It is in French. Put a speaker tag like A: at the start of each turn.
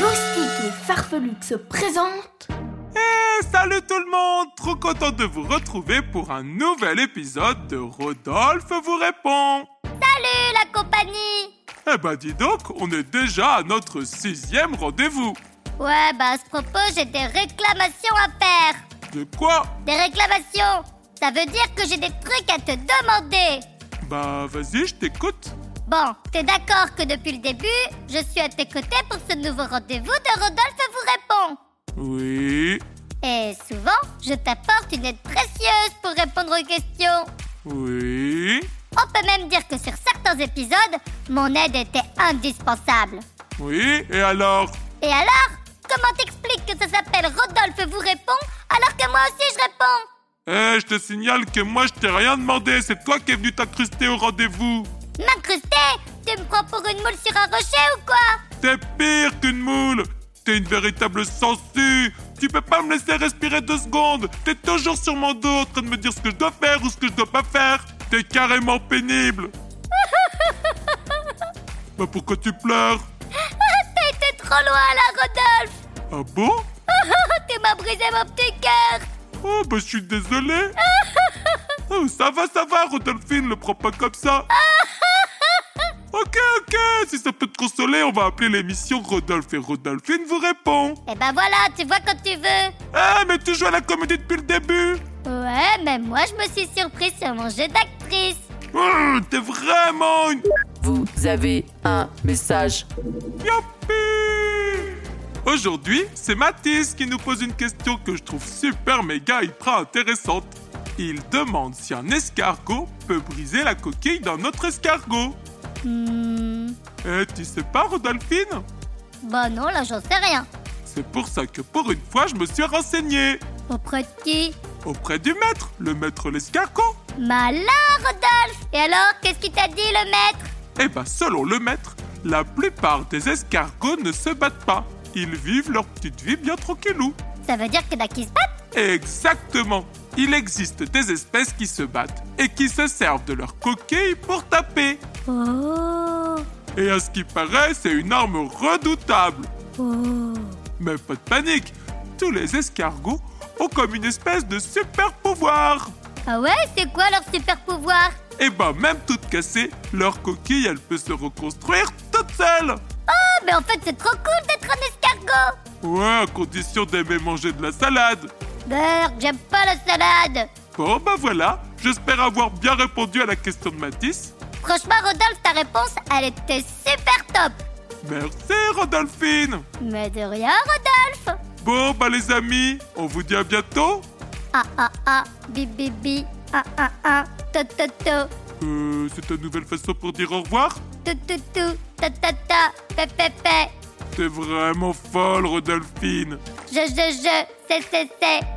A: Loustique et Farfelux se présentent
B: Eh, salut tout le monde Trop content de vous retrouver pour un nouvel épisode de Rodolphe vous répond
C: Salut la compagnie
B: Eh ben dis donc, on est déjà à notre sixième rendez-vous
C: Ouais, bah à ce propos, j'ai des réclamations à faire.
B: De quoi
C: Des réclamations Ça veut dire que j'ai des trucs à te demander.
B: Bah vas-y, je t'écoute
C: Bon, t'es d'accord que depuis le début, je suis à tes côtés pour ce nouveau rendez-vous de Rodolphe vous répond.
B: Oui,
C: Et souvent, je t'apporte une aide précieuse pour répondre aux questions.
B: oui,
C: On peut même dire que sur certains épisodes, mon aide était indispensable.
B: oui, et alors
C: Et alors Comment t'expliques que ça s'appelle Rodolphe vous répond alors que moi aussi je réponds
B: Eh, je te signale que moi je t'ai rien demandé, c'est toi qui es venu t'incruster au rendez-vous
C: M'incruster Tu me prends pour une moule sur un rocher ou quoi
B: T'es pire qu'une moule T'es une véritable sangsue Tu peux pas me laisser respirer deux secondes T'es toujours sur mon dos en train de me dire ce que je dois faire ou ce que je dois pas faire T'es carrément pénible Bah pourquoi tu pleures
C: T'as été trop loin là, Rodolphe Oh,
B: Ah bon
C: Tu m'as brisé mon petit cœur
B: Oh bah je suis désolé Oh ça va, ça va, Rodolphine, le prends pas comme ça Ok, ok, si ça peut te consoler, on va appeler l'émission Rodolphe et Rodolphine vous répond
C: Eh ben voilà, tu vois quand tu veux
B: Ah mais tu joues à la comédie depuis le début
C: Ouais, mais moi je me suis surprise sur mon jeu d'actrice
B: Hum, T'es vraiment une...
D: Vous avez un message.
B: Youpi Aujourd'hui, c'est Mathis qui nous pose une question que je trouve super méga hyper intéressante. Il demande si un escargot peut briser la coquille d'un autre escargot.
C: Hmm...
B: Eh, tu sais pas, Rodolphine
C: Bah non, là j'en sais rien
B: C'est pour ça que pour une fois, je me suis renseigné.
C: Auprès de qui
B: Auprès du maître, le maître l'escargot.
C: Malin, Rodolphe Et alors, qu'est-ce qu'il t'a dit le maître
B: Eh ben, selon le maître, la plupart des escargots ne se battent pas. Ils vivent leur petite vie bien tranquillou.
C: Ça veut dire que là qui se battent
B: Exactement. Il existe des espèces qui se battent et qui se servent de leur coquille pour taper.
C: Oh...
B: Et à ce qui paraît, c'est une arme redoutable.
C: Oh...
B: Mais pas de panique, tous les escargots ont comme une espèce de super pouvoir.
C: Ah ouais, c'est quoi leur super pouvoir
B: Et ben même toute cassée, leur coquille elle peut se reconstruire toute seule.
C: Oh, mais en fait c'est trop cool d'être un escargot
B: Ouais, à condition d'aimer manger de la salade.
C: Beurre, j'aime pas la salade.
B: Bon ben voilà, j'espère avoir bien répondu à la question de Matisse.
C: Franchement, Rodolphe, ta réponse, elle était super top.
B: Merci Rodolphine
C: Mais de rien, Rodolphe.
B: Bon, bah les amis, on vous dit à bientôt.
C: Ah ah ah, bi bi bi, ah ah ah, to to to,
B: Euh, c'est une nouvelle façon pour dire au revoir
C: to to to, ta ta ta, pe pe pe.
B: T'es vraiment folle, Rodolphine.
C: Je je je, c'est c'est c'est.